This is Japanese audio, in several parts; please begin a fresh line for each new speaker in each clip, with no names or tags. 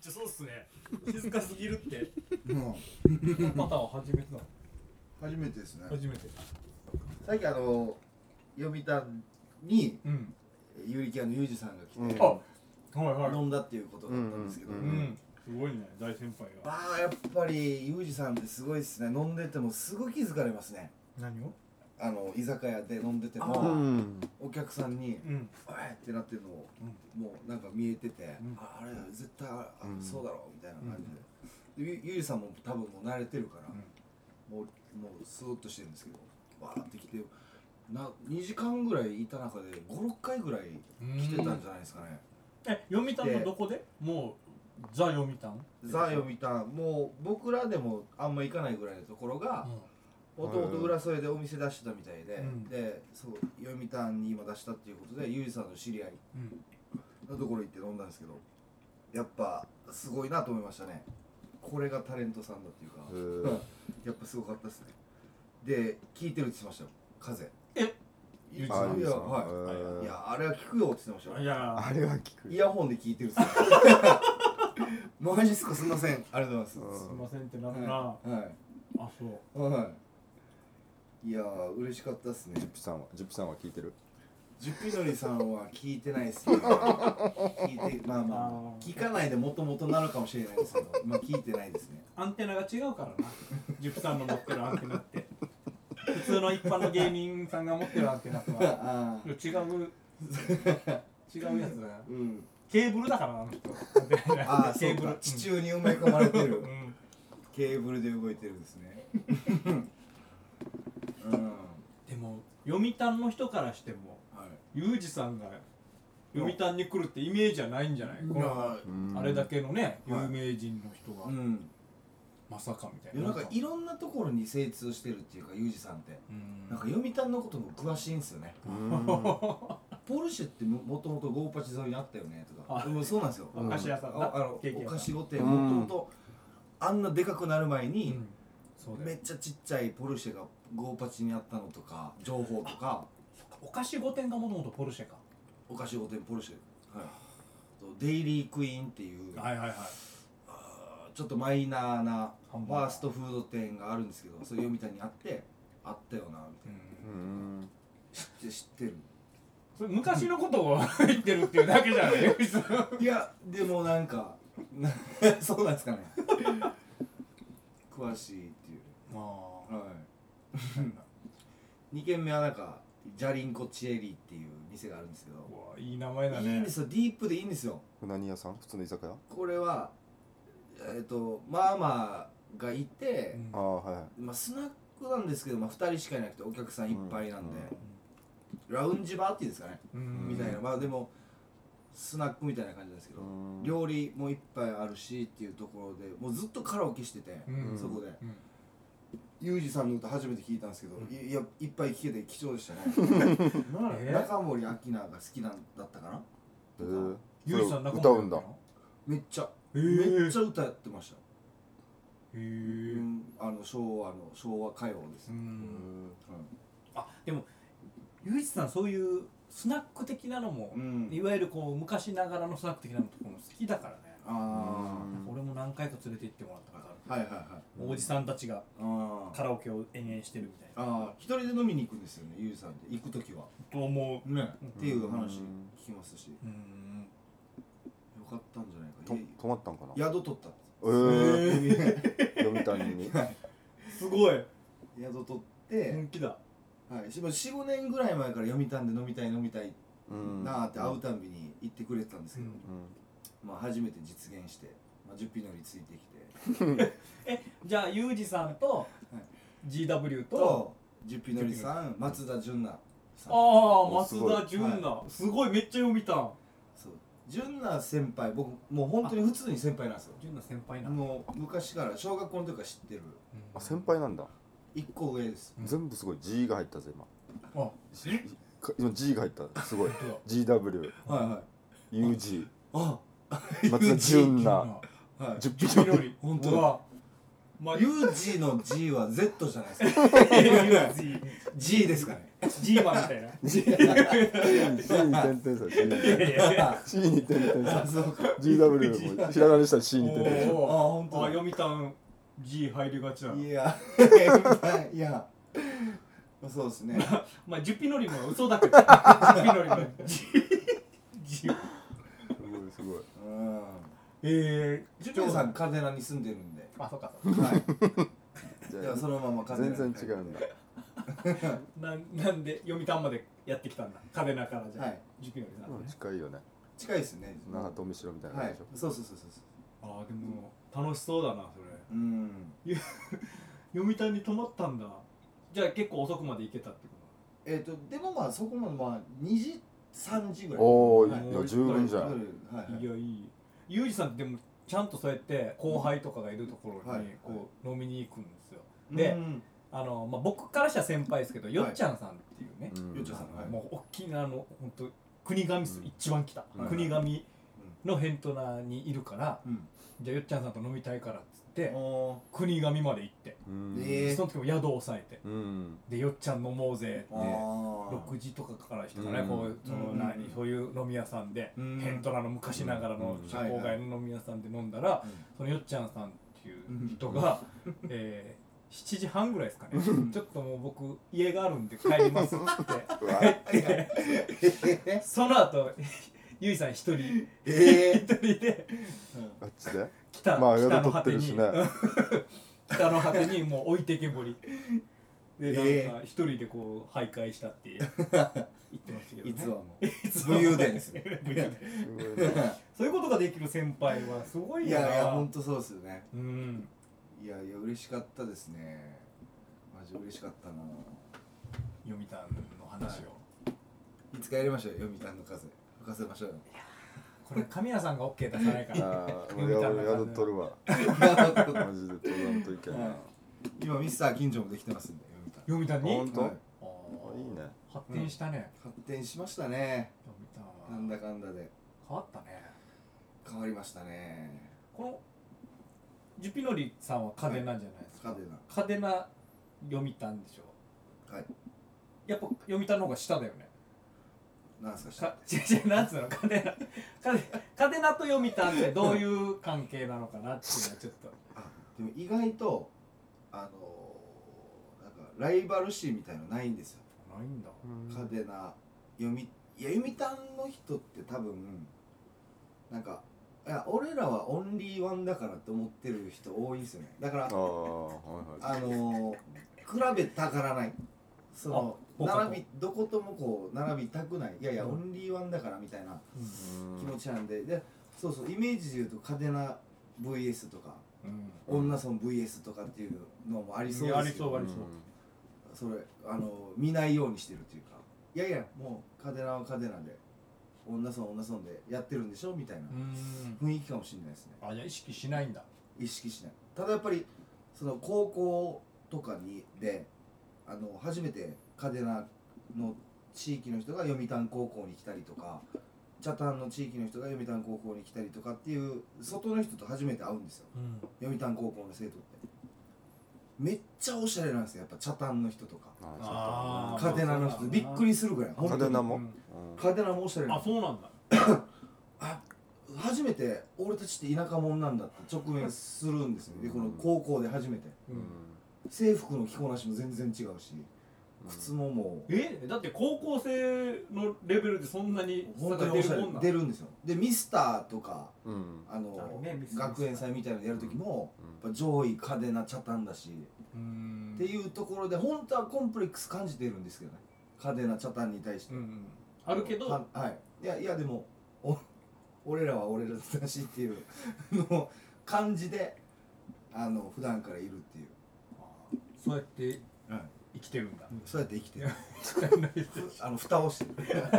ちょそうっすね静かすぎるって
うん
このパターンは初めてなの
初めてですね
初めて
さっきあの読谷に
うん
ユーリキャンのユージさんが来て、
あはいはい
飲んだっていうことだったんですけど、
うんう
うんすごいね大先輩が
まあやっぱりユージさんってすごいっすね飲んでてもすごい気づかれますね
何を
あの居酒屋で飲んでて
う
も
ん
お客さんに
うん
「おい!」ってなってるのをもうなんか見えてて「ああれ絶対あ
うん
そうだろ」みたいな感じででユージさんも多分もう慣れてるからもうもうスーッとしてるんですけどわーって来てな2時間ぐらいいた中で56回ぐらい来てたんじゃないですかね
え読谷のどこでもうザ読谷
ザ読みたもう僕らでもあんま行かないぐらいのところが、弟浦添でお店出してたみたいで、
うん
でそう読谷に今出したっていうことでゆうじさんの知り合い
うん
のところ行って飲んだんですけどやっぱすごいなと思いましたねこれがタレントさんだっていうか、
へえ
やっぱすごかったですねで聞いてるって言ってましたよ風
え
ゆうじ
あ
さ
ゆ
ん
う
い
じ
や
さん
は
へ
い
え
いやあれは聞くよって言ってました
い
よ
や
あれは聞く
イヤホンで聞いて るっすよマジっすかすいませんありがとうございます
すいませんってな
は
る
い
なあ
はい
そう
はい。いやー嬉しかったです
ジ
ね
ッ。プさんはジップさんは聞いてる
ジュピノリさんは聞いてないですね。聞いてまあまあ
あー
聞かないでもともとなるかもしれないですけど、まあ聞いてないで すね。
アンテナが違うからなジュプさんの持ってるアンテナって普通の一般の芸人さんが持ってるアンテナ とは
あ
違う違うやつだな
ーうん。
ケーブルだからなあの人
ああ
ケ
そ
ー
う
ブル
か。地中に埋め込まれて
う
る
ん
ケーブルで動いてるんです ね。うん。
でも読谷の人からしても
はい。
ユージさんが読谷に来るってイメージはないんじゃないこの
うん
あれだけのね
はい
有名人の人
う
が
ん。
まさかみたい
いや
な
なんかいろんなところに精通してるっていうかユージさんって。
うん
なんか読谷のことも詳しいんですよね。
うん
ポルシェってももともとゴーパチ沿いにあったよねとか
あ
でもそうなんですよ
お菓子屋さん
ああの
ケーキ屋さん
お菓子御殿
う
も
ん
ともとあんなでかくなる前
う
に、
んそうだ
め
よ
っちゃちっちゃいポルシェがゴーパチにあったのとか情報とか
お菓子御殿がもともとポルシェか
お菓子御殿ポルシェ、はい、とデイリークイーンっていう、
はいはいはい
あーちょっとマイナーなフ
ハン
ァ
バーガー
ーストフード店があるんですけどそれ読谷にあってあったよなみたい
うん
なで知ってる
それ昔のことを言ってるっていうだけじゃないユージさ ん
いやでもなんかな そうなんですかね詳しいっていう
ああ
はい2軒目はなんかジャリンコチエリーっていう店があるんですけど
うわいい名前だ
いいん
ね
ですよディープでいいんですよ
何屋さん普通の居酒屋
これはえっ、とマーマーがいて、
うん
ああはい
まあ、スナックなんですけど、まあ、2人しかいなくてお客さんいっぱいなんで、ラウンジバーっていうんですかね、
うん
みたいなまあでもスナックみたいな感じなんですけど、
うん
料理もいっぱいあるしっていうところでもうずっとカラオケしてて、
うん
そこで
うん
ユージさんの歌初めて聞いたんですけど、いいやいっぱい聞けて貴重でしたね
えー
中森明菜が好きなんだったかな
へえ
とか
ユージさん
それ
仲間
歌うんだ
めっちゃ、
へえ
めっちゃ歌やってました、
へ
う
え
ん、あの昭和の昭和歌謡です
う
ね、
ん
う
あでもユージさんそういうスナック的なのも、
ん
いわゆるこう昔ながらのスナック的なのとこも好きだからね、
あ
俺も何回か連れて行ってもらったことある、
あはいはいはい
おじさんたちが
あー
カラオケを延々してるみたいな
あー一人で飲みに行くんですよねユージさんって行く時は
と思
ねっていう話
うん
聞きますしよ
ううん
かったんじゃない
と
か
止まったんかな
家宿取ったんで
え
す
え読谷に
すごい
宿取って、
本気だ
はい、しも45年ぐらい前から読谷で飲みたい飲みたい
うん
なあって会うたんびに言ってくれてたんですけど、
うん
まあ、初めて実現して、まあ、10ピノリついてきて
えじゃあユージさんと
はい
GW と
と10ピノリさん松田純奈さん
ああ
おす
松
ごい
田純奈、
は
すごいめっちゃ読みたん
そう純奈先輩僕もう本当に普通に先輩なんですよ
純奈先輩な、
もう昔から小学校の時から知ってる
あ先輩なんだ
一個上です
うん
全部すごい G が入ったぜ今
輩あ
か今 G が入ったすごい
本
GW
はいはい
UG
あ
松田純
純
奈
奈
はい
10匹の
緑
本当
う
だ
わ
まあ、
ユージの G は Z じゃないですか G ですかね
G マンみたいな
G に点々させ
いや
て
いやいや
C に点々さ
あそうか
GW もひらがなにしたら C に点々さ
あ
お
本
ー
当だ
あ読谷 G 入りがちだない
や いやまあそうですね
まあジュピノリも嘘だけど ジュピノリも G G
すごいすごい
うん
えー
ジュンさんカデナに住んでるんで
あそっか
はい
じ
で
ゃ
はそのまま
あ
カデナ
全
に
然違うんだ
なんなんで読谷までやってきたんだカデナからじゃあ、
はい
ジュピノリさん、
うん
ね
近いよね
近いですね
長富城みたいな
は
感じ
い
でしょ
そうそうそうそうそう
あーでも楽しそうだなそれ
うん
読谷に泊まったんだじゃあ結構遅くまで行けたってこ
えっとでもまあそこまでまあ2時3時ぐらい
お
はい
ーいや十分じゃん
はい
と
はい
いやいいユージさんってでもちゃんとそうやって後輩とかがいるところ
はい
にこう飲みに行くんですよ、で
うん
あの、まあ、僕からしたら先輩ですけど、
い
よっちゃんさんっていうね、
うん
よっちゃんさんはい
もう大きなあの本当国神す、
うん
一番来た、
うん
国神のヘントナーにいるから、
うん
じゃあよっちゃんさんと飲みたいからっつって、
おー
国神まで行って、
うん
えー
その時も宿を抑えて
うん
でよっちゃん飲もうぜって
あー
6時とかからでしたかね、
うん
こうその
うん
何、そういう飲み屋さんで、
うん
ヘントナーの昔ながらの
うん
社交外の飲み屋さんで飲んだら、そのよっちゃんさんっていう人が、えー7時半ぐらいですかね
ん
ちょっともう僕家があるんで帰りますっ
うわ
てでその後ゆいさん一人
え
一人で
あっちで
北,、
まあ
北の
宿取
果
って
て
る
に
しね
北の果てにもう置いてけぼりで
えー
なんか一人でこう徘徊したっていう言ってましたけど、
ー
ね、
いつはも
いつ
武勇伝ですね
武勇伝
すごいな
う
そういうことができる先輩はすごい
い
よな
やいや本当そうですよね
うん
いやいや嬉しかったですねマジ嬉しかったな
読みたんの話を、
いつかやりましょうよ読谷の風吹かせましょうよ
これ神谷さんが OK 出さないから
あー俺は俺宿取るわマジで取らんといけん
は
ない
今ミスター近所もできてますんで読
読谷に
ほんと
はい
あ
あ
ー
いいね
発展したね、
谷発展しましたね
読谷は
なんだかんだで
変わったね
変わりましたね
このジュピノリさんは家電なんじゃないですか、
カデナ
家電な読みたんでしょ
はい
やっぱ読みたの方が下だよね
なんすかした
か違う違うなんつうの家電な家電家電なと読みたんってどういう関係なのかなっていうのはちょっと
あでも意外とあのーなんかライバル視みたいのないんですよ
ないんだ
カデナ読みいや読谷の人って多分なんかいや俺らはオンリーワンだからって思ってる人多いんですよねだから
ああはいはい
あのー、比べたがらないその
あ他と
並びどこともこう並びたくないいやいや、
うん
オンリーワンだからみたいな気
う
持ちなんででそうそうイメージで言うとカデナ VS とか
うん
うん
女村 VS とかっていうのもありそう
いやあ
で
り
す
そう
よ
ありそうん
それあの見ないようにしてるっていうかいやいやもうカデナはカデナで女村は女村でやってるんでしょみたいな
うん
雰囲気かもしれないですね
あじゃあ意識しないんだ
意識しないただやっぱりその高校とかにであの初めて嘉手納の地域の人が読谷高校に来たりとか北谷の地域の人が読谷高校に来たりとかっていう外の人と初めて会うんですよ
うん
読谷高校の生徒ってめっちゃおしゃれなんですよやっぱ北谷の人とか
あ
ー
ー
嘉手納の人
そうだな
びっくりするぐらい
カデナ
も
も、
嘉手納もおしゃれなん
あ
ですよ
そうなんだ
あ初めて俺たちって田舎者なんだって直面するんですよでこの高校で初めて
うん
制服の着こなしも全然違うし靴ももう
えだって高校生のレベルでそんなに
本当に
出
おしゃ
る
れ
もんなの
出るんですよでミスターとか
うんうん
あの
あるねミスター
学園祭みたいなのやる時も
うん
やっぱ上位嘉手納茶炭だし
うーん
っていうところで本当はコンプレックス感じてるんですけどね嘉手納茶炭に対して
うんうんあるけど
ははいいやいやでもお 俺らは俺らだしっていうの感じであの普段からいるっていう
そうやって
はい
生きてるんだ
そうやって生きてるふあの蓋をしてる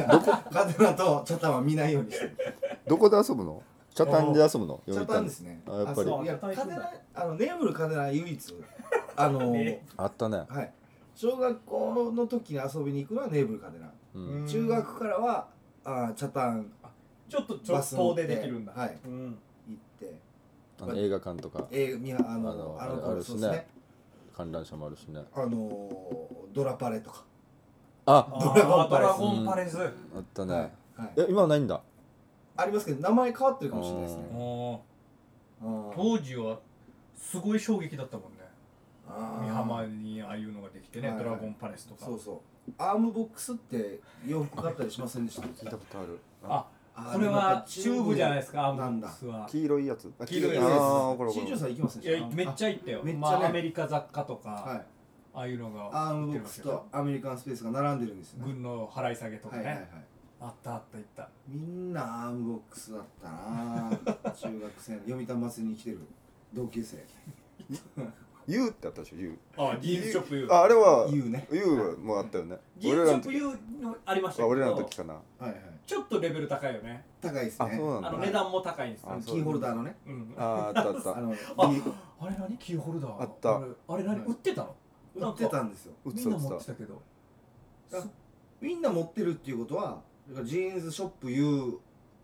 カズナとチャタンは見ないようにしてる
どこで遊ぶのチャタンで遊ぶの
チャタンですね
あやっぱり
そういやカデナあのネーブルカデナ唯一あの
ね
あったね、
はい小学校の時に遊びに行くのはネーブルカデナ
う ん、
中学からはあーチャタン
ちょっと
バス
直
乗
頭
って
でできるんだ
はい
うん
行って
あの映画館とか
えー、みやあのあ
あの
の
あれあ
頃
れです
そう
ね
ですね
観覧車もあるしね
あのードラパレとか
あ
あードラゴンパレス。
あったね、
はい、はい
え今はないんだ
ありますけど名前変わってるかもしれないですね
う
も
あー
う当時はすごい衝撃だったもんね。
あー
美浜にああいうのができてね
は、い
ドラゴンパレスとか。
そうそうアームボックスって洋服買ったりしませんでした
聞いたことある
あ、
あー
これはチューブじゃない
で
ですか、アー
なん
ムボ
だ
ックスは。
黄色いやつあ
黄色いや
あ
つ
ー
です
わかるわかる
新庄さん行きません
い
でした
や、めっちゃ行ったよ。
めっちゃね
まあ、アメリカ雑貨と
は
か、
い
ああいうのが
アー
売
ム
ってる
ボッ
わ
ク
け
ス
よ
と。アメリカンスペースが並んでるんですよね
軍の払い下げとか
はいはいはい
ね。あったあった行った。
みんなアームボックスだったな中学生の読谷祭りに来てる同級生
U ってあったでしょ U
あ、ギーズショップ U。
ああれは
U ね
U もあったよね
ギー
俺
ズショ
ら
ッ
の
プ
時
U のありました
あ
け
俺らの
ど
時、かな
はいはい
ちょっとレベル高いよね。
高いです
あ
ね
そう
あ
なん
の
だ
値段も高いんです
あ
よ。
キーホルダーのね
うん。
あーあったあ
あ
った
の
あ
D
あれ何キーホルダー
あった
あれあれ何
はい
売ってたの
売ってたんですよ
う
み
つ
ん
う
な
つ
持
だ
ってたけど
あみんな持ってるっていうことはジーンズショップ U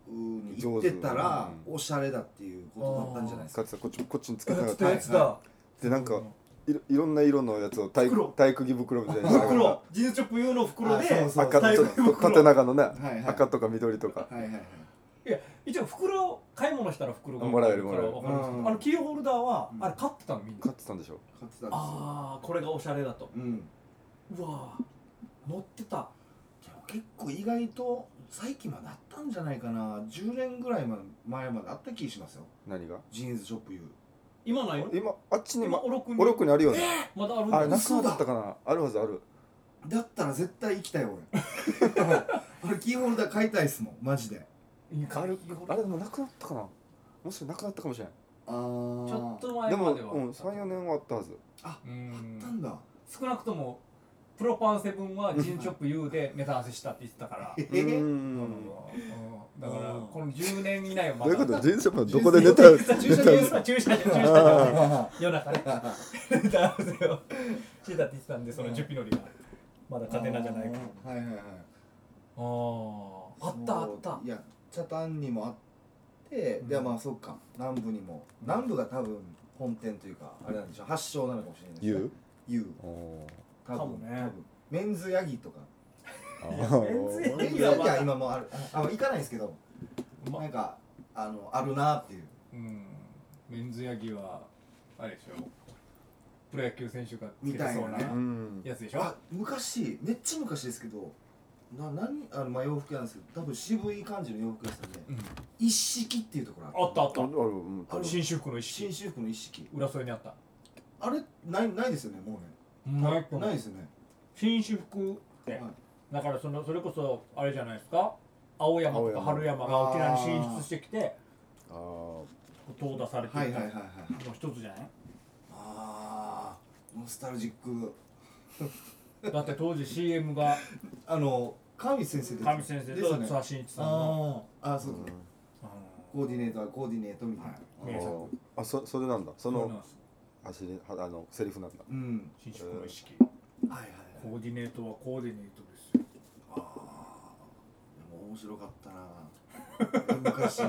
に行ってたら
上手う
おしゃれだっていうことだったんじゃないですか
かつてこっちこっちにつけ
や
てなか
っ
って
た
た
やつだ、
でなんかいろいろんな色のやつを体
袋
体育着袋みたいにしながら
袋ジーンズショップ用の袋
あそう
で
そう
赤
体
と
育
ちょっと
袋
縦長のね
はいはい
赤とか緑とか
はいはいはい
いや一応袋を買い物したら袋が
もらえるもらえる
わかんないですけど
うん
あのキーホルダーは
うん
あれ買ってたのみん
買
な
ってたんでしょ
買ってたんですよ
ああこれがおしゃれだと
うん
うわー持ってた
でも結構意外と最近まであったんじゃないかな10年ぐらい前まであった気しますよ
何が
ジーンズショップ U
今ないの
今あっちに
今
ま
おろくに
おろくにあるよね
まだあるん
あれ
だ
なくなったかなあるはずある
だったら絶対行きたい 俺はい俺キーホルダー買いたいっすもんマジで
いや
ある
キーホルダ
あ
ー
れでもなくなったかなもしかしたらなくなったかもしれない
あー
ちょっと前
で
ま
も、
では
うん、34年はあったはず
う
あ
ん
ったんだ
少なくともプロパンセブンはジンショップ U でネタ合わせしたって言ってたから
え
う
え
ん
だから
うん
この10年以内は
ど
ま
うい
だ
うこと
駐
人生もどこでネタネタ
車駐車場駐車場駐車場夜中ねネタ合わせをしてたって言ってたんでそのジュピノリがまだカテナじゃないか
あーはいはいはい
あーあったあった
いやチャタンにもあって、
うん
いやまあそっか南部にも南部が多分本店というかあれなんでしょう発祥なのかもしれないですね
U?
ユ
お
ー多
か
分
もね
多分メンズヤギとか
全然
ー
メンズヤギは今もうあるああ行かないですけど
ま
なんかあのあるなっていう
うんメンズヤギはあれでしょプロ野球選手がつ
み
け
た
て
い
そう
な
な
ね
うん
やつでしょ
あ昔めっちゃ昔ですけどな何あのまあ洋服なんですけど多分渋い感じの洋服屋さんで
うん
一式っていうところ
あ
あ
ったあ
ある
っ
あるうん
あ
た
る
新宿区の一
紳
式
士服の一式
浦添にあった
あれないないですよねもうね
ない
ないですよね
紳士服って
はい
だからそのそれこそあれじゃないですか青山とか
青
春山が沖縄に進出してきて
あー
淘汰されて
はいい
っ
はい
た
はい
の
はい
一つじゃない
あーノスタルジック
だって当時 CM が
あの神先生です
上先生
です
と
よね
津波真一さんの
あーあーそうか、
うん
コーディネートはコーディネートみたいな、
名
あ
作
ーあそそれなんだ
そ
そ
うなん
の
です
走りはあのセリフなんだ
うん
新宿の意識
はいはい
コーディネートはコーディネートですよ
ああでも面白かった な昔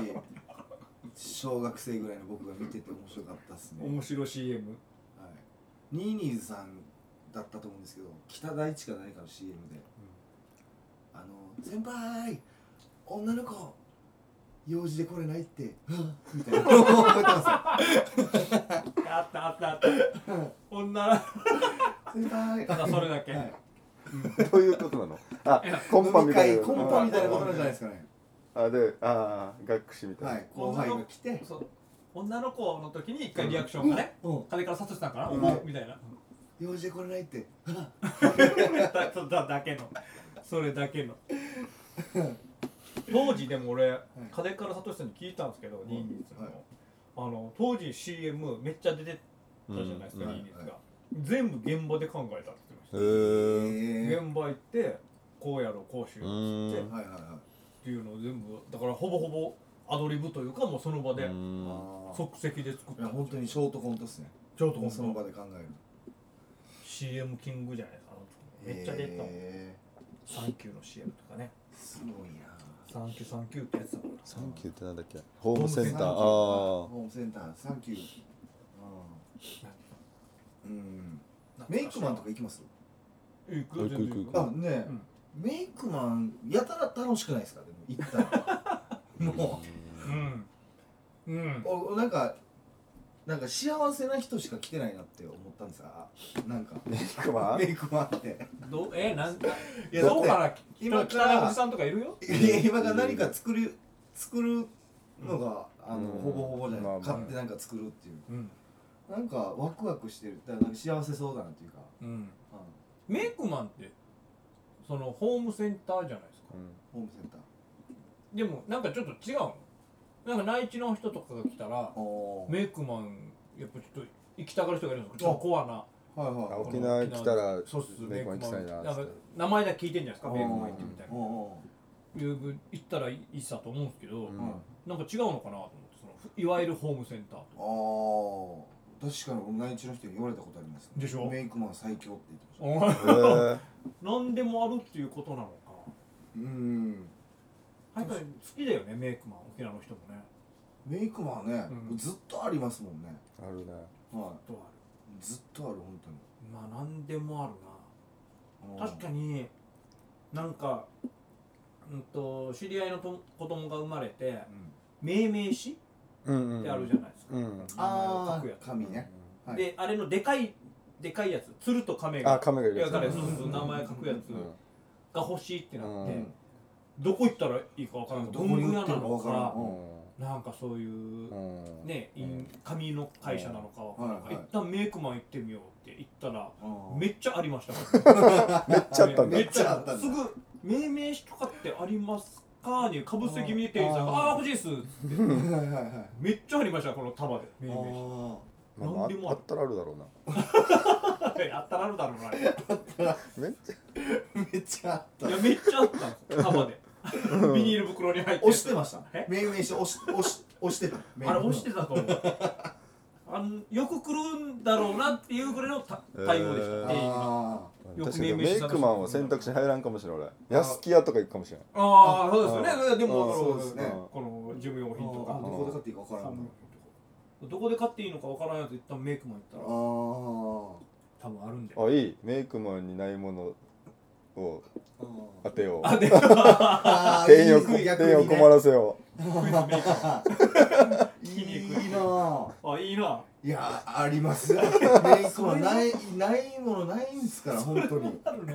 小学生ぐらいの僕が見てて面白かったっすね、はい、
面白 CM
ニーニーズさんだったと思うんですけど北大地か何かの CM で、あの「先輩女の子用事で来れないって」 みたいなのを覚えてます
あったあったあった女
先輩
ただそれだけ
はい
どういうことなのあコンパ
飲み
みたい
会
な
コンパみたいなことなんじゃないですかね
あであー学士みたいな、
はい後輩が来て
そう女の子の時に一回リアクションがね
うん
金から聡さんかな
うん
思うみたいな
用事で来れないって
だだだけのそれだけの当時でも俺金から聡さんに聞いたんですけど、ニーニーズの、
はい
あの当時 CM めっちゃ出てたじゃないですか、
うん
ニーニーズが、
はいは
全部現場で考えたって言ってまし
へ
た、
え
え
現場行ってこうやろうこうしようっつって
う
っ
ん
はいはいはい
ていうのを全部だからほぼほぼアドリブというかもうその場で
あー
即席で作っ
い
た
や本当にショートコントっすね
ちょっと
その
本
場
当
で考える
CM キングじゃないですかあの時めっちゃ出てたもん、
へ
サンキューの CM とかね
ーすごいな
三級三級ってやつだもんな
サンキューってなんだっけホームセンターああ
ホームセンターサンキューうんうんメイクマンとか行きます
行く
行く
全然
行く行く
あねえ
うん
メイクマンやたら楽しくないですかでも行ったら も
うんうん
うおなんかなんか幸せな人しか来てないなって思ったんですがなんか
メイクマン
メイクマンって
どうえなんか
いやだって
どうから
今
今
から
北のおじさんとかいるよ
いや今が何か作る作るのが、あの
うん
ほぼほぼじゃない、
まあまあ
買ってなんか作るっていう
うん
なんかワクワクしてるだからなんか幸せそうだなっていうか、
うん
あの
メイクマンってそのホームセンターじゃないですか
ホームセンター
でもなんかちょっと違うのなんか内地の人とかが来たら
おー
メイクマンやっぱちょっと行きたがる人がいるんですよちょっとコアな
はい
あ
はい
沖縄来たら
そうっす
メイクマン行きたいな
メイクマンんか名前だけ聞いてんじゃないですか
おー
メイクマン行ってみたいな
おーお
いう行ったらいいさと思うんですけど、
う
ー
ん
うん
なんか違うのかなと思ってそのいわゆるホームセンターと
あー確かに内地の人に言われたことあります、
でしょ
メイクマン最強って言ってまし
お
た
前
へー
何でもあるっていうことなのか
うん
やっぱり好きだよねメイクマン沖縄の人もね
メイクマンね、
うん
ずっとありますもんね
あるね
は
とあ
いずっとある
る
本
まあ何でもあるな
当に
確かになんか、うん、と知り合いのと子供が生まれて
うん
命名詞
うんうん
ってあるじゃないですか、
うん
名前を書
あ
くや
あ
つ
紙ねはい
であれのでかいでかいやつ鶴と亀
あ
が
カメがいる
いや
やつね
彼そうそうそう名前書くや
うん
つが欲しいってな
う
って、
ん
どこ行ったらいいか分からん
どこに
文具
売
屋
って
な
るか
の
分からん
か
うん
なんかそういう、
うん
ね
うん
印紙の会社なのか分からんか、
はいはい
一旦メイクマン行ってみようって言ったら
うん
めっちゃありましたから
めっちゃあったんだ
めっちゃあっ
め
た
っちゃあったん
す
だ
ぐ「命名詞とかってありますか?」にかぶせ気味で店員さんが「あ
あ
あ
ー
ー欲しいっす」って
はいはいはい
めっちゃありましたこの束で命名詞
あ
まあま
なんでも
あ
あ
あ
る
ったらあるだろうな
やったらあるだろうなあれいや
めっちゃ
あめっちゃ あ
めっちゃあ
った
ったんですよ 束でビニール袋に入って
押してました
え
命名して押し押し押してた
あれ押してたと思うあのよく来るんだろうなっていうぐらいのた対応でした、
えー
店員が
あ
よく
確かに
命名
メ
し
イ
た
クマンは選択肢入らんかもしれない俺安き屋とか行くかもしれない
ああそうですよねでも
あー
わかるわかる
そうですね
この事務用
あ
品とか
どこで買っていいか分からんな
どこで買っていいのかわからないと一旦メイクマン行ったら
あ
多分あるんで
あいいメイクマンにないものを当てよ
あ
う
でクイズ
あ
店員を店員を 困らせよ
メイクマン
いいなぁ
あいいない
やあ りますメイクもないないものないんですから本当に
あるな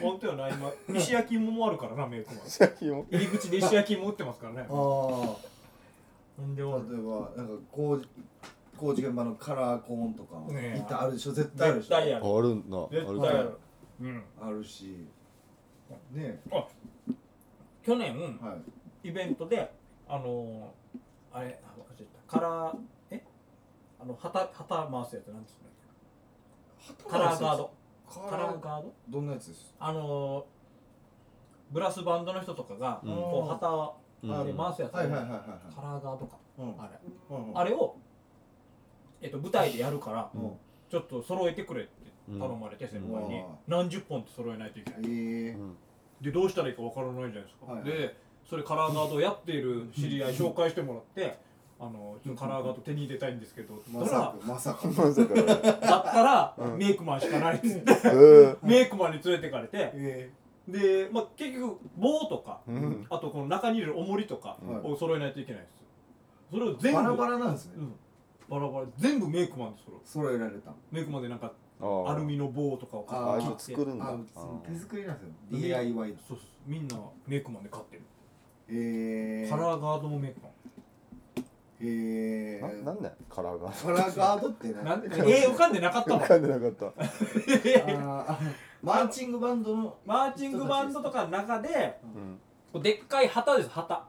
本当よな今石焼き芋もあるからなメイクマン
う 写真を
入り口で石焼き芋売ってますからね
ああ
なんで
例え
もある
ばなんか工事工事現場のカラーコーンとか
ねえ
板あるでしょ絶対あるで
絶
しょ
対
あ
やる
あるんだあ
絶
る
対や
か
るうん
あるしね
去年、
えはい
イベントであのー、あれあ忘れたカラーえあの旗旗回すやつなんつうのカラーガード
カ
カラーガード
どんなやつです
あのー、ブラスバンドの人とかが、
うん
こう旗を
ら
で回すやつ、
はいはいはいはい
カラーガードか
うん
あれ
うんうん
あれを、えっと、舞台でやるから
うん
ちょっと揃えてくれって頼まれて先輩に、
うん
何十本って揃えないといけない
ええ
でどうしたらいいかわからないじゃないですか、
はい
でそれカラーガードをやっている知り合い紹介してもらってあのちょっとカラーガード手に入れたいんですけどって言っ
ま
た
さ
ら
かまさ か
まさかね
だったら、
うん
メイクマンしかないっつって
えー
メイクマンに連れてかれて
え
で、まあ、結局棒とか、
うん
あとこの中に入れる重りとか
はい
を揃えないといけないんですよそれを
え
全部
バラバラなんです
う
ね
ん、バラバラ全部メイクマンで揃う
揃えられた
メイクマンでなんか
あ
アルミの棒とかを
ああ
買
一
っ
応
てきて
作るんだ
あ
あ
手作りなんですよ DIY の
そうそうみんなメイクマンで買ってる、
ええ
カラーガードもメイクマン
ええ
ななんだよカラーが
カラーガードって
な
何
んえー、浮かんでなかったの
浮かんでなかった
あーマーチングバンドの
マーチングバンドとかの中で
うん
こうでっかい旗です旗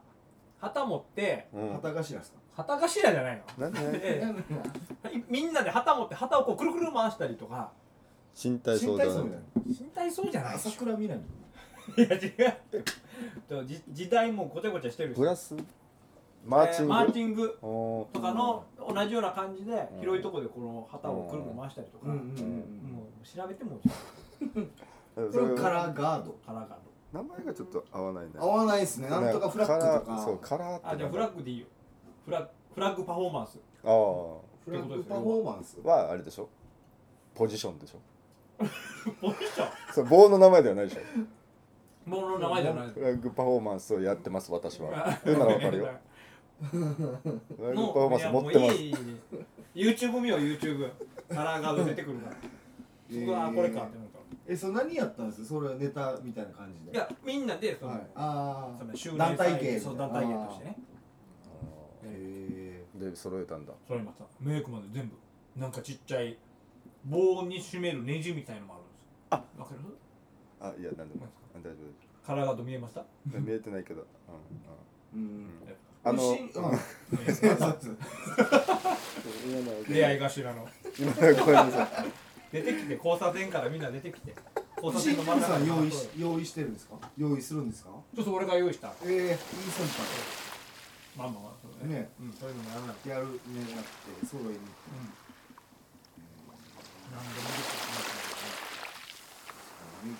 旗持って
うん
旗頭ですか
旗頭じゃないの
なんで
でいみんなで旗持って旗をこうくるくる回したりとか
新体
新
操だ
体操みたい
ね
身体そうじゃ
な
ないでし
朝
ょ
倉未来
いや違うとじ時代もごちゃごちゃしてるし
ブラスマーチ
えーマー
ング
チング
おー
とかの同じような感じで
うん
広いところでこの旗をくるくる回したりとか、
うんうんうん
もう調べても
そ
こ
れ
れカラーガード
カラーガード
名前がちょっと合わないね
合わないですねなんとかフラッグと
カラ
か
ーそうカラーって
あじゃあフラッグでいいよフラッグフラッグパフォーマンス
あー
フラッグパフォーマンス
はあれでしょポジションでしょ
ポジション
そう棒の名前ではないでしょ
ものの名前じゃない
フラッグパフォーマンスをやってます私は
あ
言うならわかるよフラッグパフォーマンス持ってま
いやもう
す
いい YouTube 見よう YouTube カラーガード出てくるからうわこれかって思った
えそれ何やったんですそれはネタみたいな感じで
いやみんなでその、
はいあ
その
あ
襲名
団体
祭
芸
そう団体芸としてね
あーへ
で揃えたんだ
それまたメイクまで全部なんかちっちゃい棒に締めるネジみたいのもあるんですよあわかる
あいやなんでも大丈夫
カラーガード見えました
大丈夫見えてないけど、うんうん
ーうん
あの
牛うん
今の
出会い頭の
今のごめんなさい
出てきて交差点からみんな出てきて交差
シ
点
ン
の
ク
真ん中
さん
に
用意
ち
し用意してるんですか用意するんですか
ょっと俺が用意した
ええいい先
まあまあまあそう
ね
うんそういうのもやらない
輩やるねなって揃いに
うん何でもでき
メイクめっ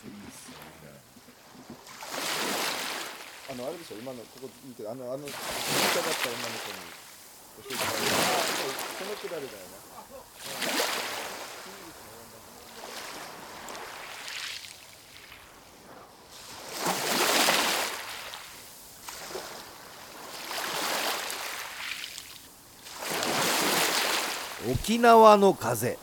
ちゃいいっすよね
あのあれでしょ今のここ見てあのあの見たかった女の子に教えてもらえるあこのくだりだよね
沖縄の風